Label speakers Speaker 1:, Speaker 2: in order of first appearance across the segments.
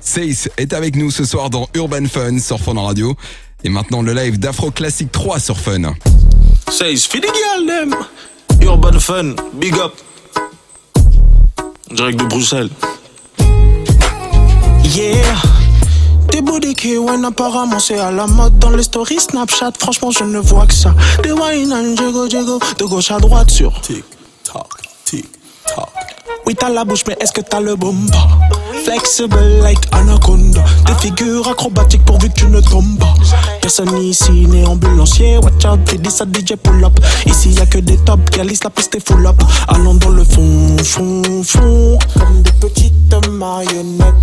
Speaker 1: Seis est avec nous ce soir dans Urban Fun sur Fun Radio. Et maintenant le live d'Afro Classic 3 sur Fun.
Speaker 2: Seis, fini girl them. Urban Fun, big up. Direct de Bruxelles. Yeah. Des body qui ouais, apparemment c'est à la mode dans les stories Snapchat. Franchement, je ne vois que ça. Des wine and Diego Diego de gauche à droite sur tic tac tic tac. Oui, t'as la bouche, mais est-ce que t'as le bomba? Flexible like anaconda. Des figures acrobatiques pourvu que tu ne tombes pas. Personne ici n'est ambulancier. Watch out, fais ça DJ pull up. Ici y a que des tops, Galis la piste est full up. Allons dans le fond, fond, fond. Comme des petites marionnettes.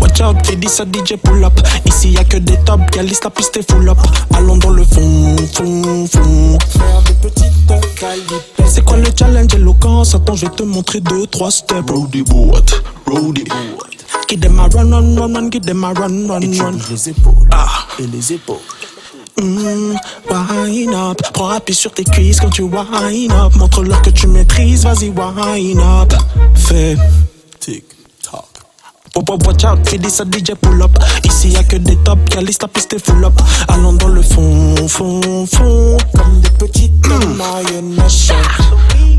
Speaker 2: Watch out, fais ça DJ pull up. Ici y a que des tops, Galis la piste est full up. Allons dans le fond, fond, fond. Faire des petites calipes. C'est quoi le challenge éloquence? Attends, je vais te montrer deux, trois steps. Roadie board, roadie board. Give them a run, run, run, run, give them a run, run, run.
Speaker 3: les épaules
Speaker 2: Ah.
Speaker 3: et les épaules.
Speaker 2: Mm, wine up, prends appui sur tes cuisses quand tu wine up. Montre-leur que tu maîtrises, vas-y wine up. Fais
Speaker 3: Tic tac.
Speaker 2: pop pop watch out, fais des ça DJ pull up. Ici y a que des tops, y'a liste la piste est full up. Allons dans le fond, fond, fond. Comme des petites marionnettes.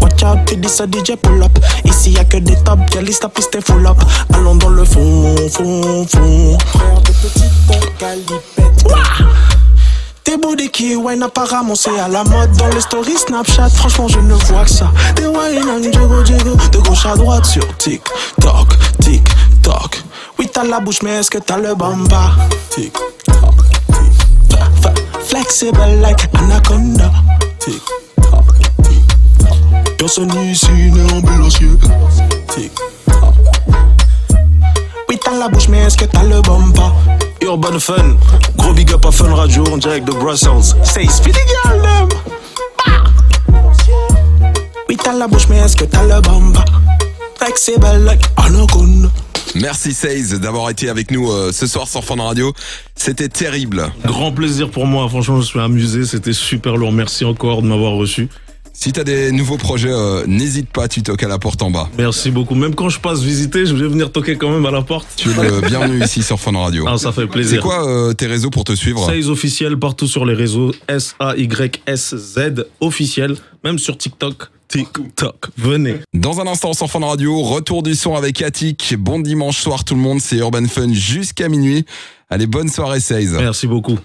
Speaker 2: Watch out, fais des ça DJ pull up. Ici y a que des tops, y'a liste la piste est full up. Allons dans le fond, fond, fond. Des body qui wine apparemment c'est à la mode dans les stories Snapchat franchement je ne vois que ça Des wine and Diego Diego de gauche à droite sur tic toc tic toc Oui t'as la bouche mais est-ce que t'as le bamba
Speaker 3: Tic tac.
Speaker 2: Fa- fa- Flexible like anaconda
Speaker 3: Tic tac. Tic tac.
Speaker 2: Personne ici n'est ambulancier
Speaker 3: Tic tac.
Speaker 2: Oui t'as la bouche mais est-ce que t'as le bamba
Speaker 3: Urban Fun. Gros big up à Fun Radio en direct de Brussels.
Speaker 2: Say speedy girl them. Bah. Oui t'as la bouche mais est-ce que t'as le bamba Flexible like anaconda
Speaker 1: Merci Seis d'avoir été avec nous euh, ce soir sur Fun Radio. C'était terrible.
Speaker 4: Grand plaisir pour moi. Franchement, je me suis amusé. C'était super lourd. Merci encore de m'avoir reçu.
Speaker 1: Si t'as des nouveaux projets, euh, n'hésite pas, tu toques à la porte en bas.
Speaker 4: Merci beaucoup. Même quand je passe visiter, je vais venir toquer quand même à la porte.
Speaker 1: Tu es le bienvenu ici sur Fun Radio.
Speaker 4: Ah, ça fait
Speaker 1: C'est
Speaker 4: plaisir.
Speaker 1: quoi euh, tes réseaux pour te suivre
Speaker 4: Size officiel partout sur les réseaux. S-A-Y-S-Z officiel. Même sur TikTok. TikTok. Venez.
Speaker 1: Dans un instant sur Fun Radio, retour du son avec Attic. Bon dimanche soir tout le monde, c'est Urban Fun jusqu'à minuit. Allez, bonne soirée Seize.
Speaker 4: Merci beaucoup.